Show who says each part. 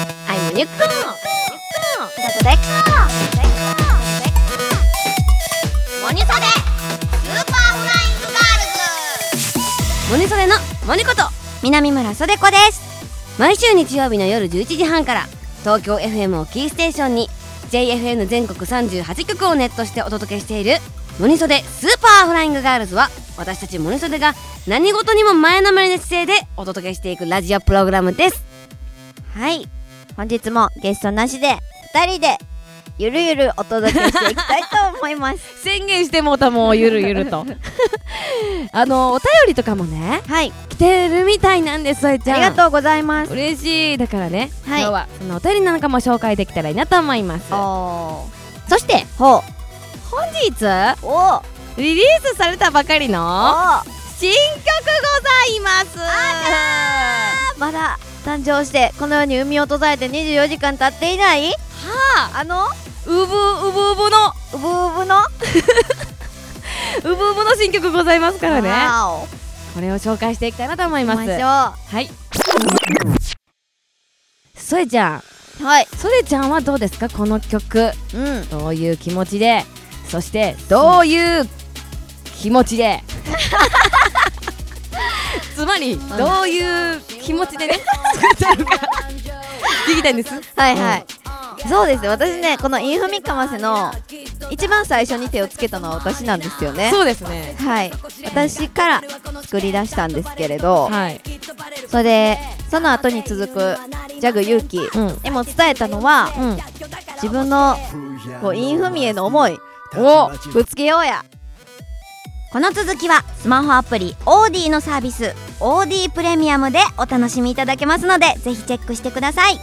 Speaker 1: ップのダダダッモニソデスーパーフライングガールズ
Speaker 2: モニソレのモニこと南村そでこです毎週日曜日の夜11時半から東京 FM をキーステーションに JFN 全国38局をネットしてお届けしている「モニソデスーパーフライングガールズは」私たちモニソデが何事にも前のめりな姿勢でお届けしていくラジオプログラムです
Speaker 3: はい本日もゲストなしで2人でゆるゆるお届けしていきたいと思います
Speaker 2: 宣言してもうたもうゆるゆると あのお便りとかもね
Speaker 3: はい
Speaker 2: 来てるみたいなんですそえち
Speaker 3: あ
Speaker 2: ゃん
Speaker 3: りがとうございます
Speaker 2: 嬉しいだからね、
Speaker 3: はい
Speaker 2: 今日はそのお便りなんかも紹介できたらいいなと思います
Speaker 3: お
Speaker 2: そして
Speaker 3: ほう
Speaker 2: 本日
Speaker 3: おお
Speaker 2: リリースされたばかりの
Speaker 3: あ
Speaker 2: 新曲ございます
Speaker 3: ーまだ誕生してこのように海を閉ざえて24時間経っていないはああの
Speaker 2: うぶうぶうぶの
Speaker 3: うぶうぶの
Speaker 2: うぶうぶの新曲ございますからね
Speaker 3: わお
Speaker 2: これを紹介していきたいなと思い
Speaker 3: 行
Speaker 2: ま
Speaker 3: きますしょ
Speaker 2: はいそれちゃん
Speaker 3: うはい
Speaker 2: それちゃんはどうですかこの曲
Speaker 3: うん
Speaker 2: どういう気持ちでそしてどういう気持ちで つまりどういう気持ちでね 作ったのか聞きたいんです
Speaker 3: はいはい、そうですね私ねこのインフミカマセの一番最初に手をつけたのは私なんですよね
Speaker 2: そうですね
Speaker 3: はい私から作り出したんですけれど、
Speaker 2: はい
Speaker 3: それでその後に続くジャグ勇気
Speaker 2: うん
Speaker 3: にも伝えたのは、
Speaker 2: うん
Speaker 3: 自分のこうインフミへの思い
Speaker 2: お
Speaker 3: ぶつけようや
Speaker 4: この続きはスマホアプリオーディのサービスオーディプレミアムでお楽しみいただけますのでぜひチェックしてください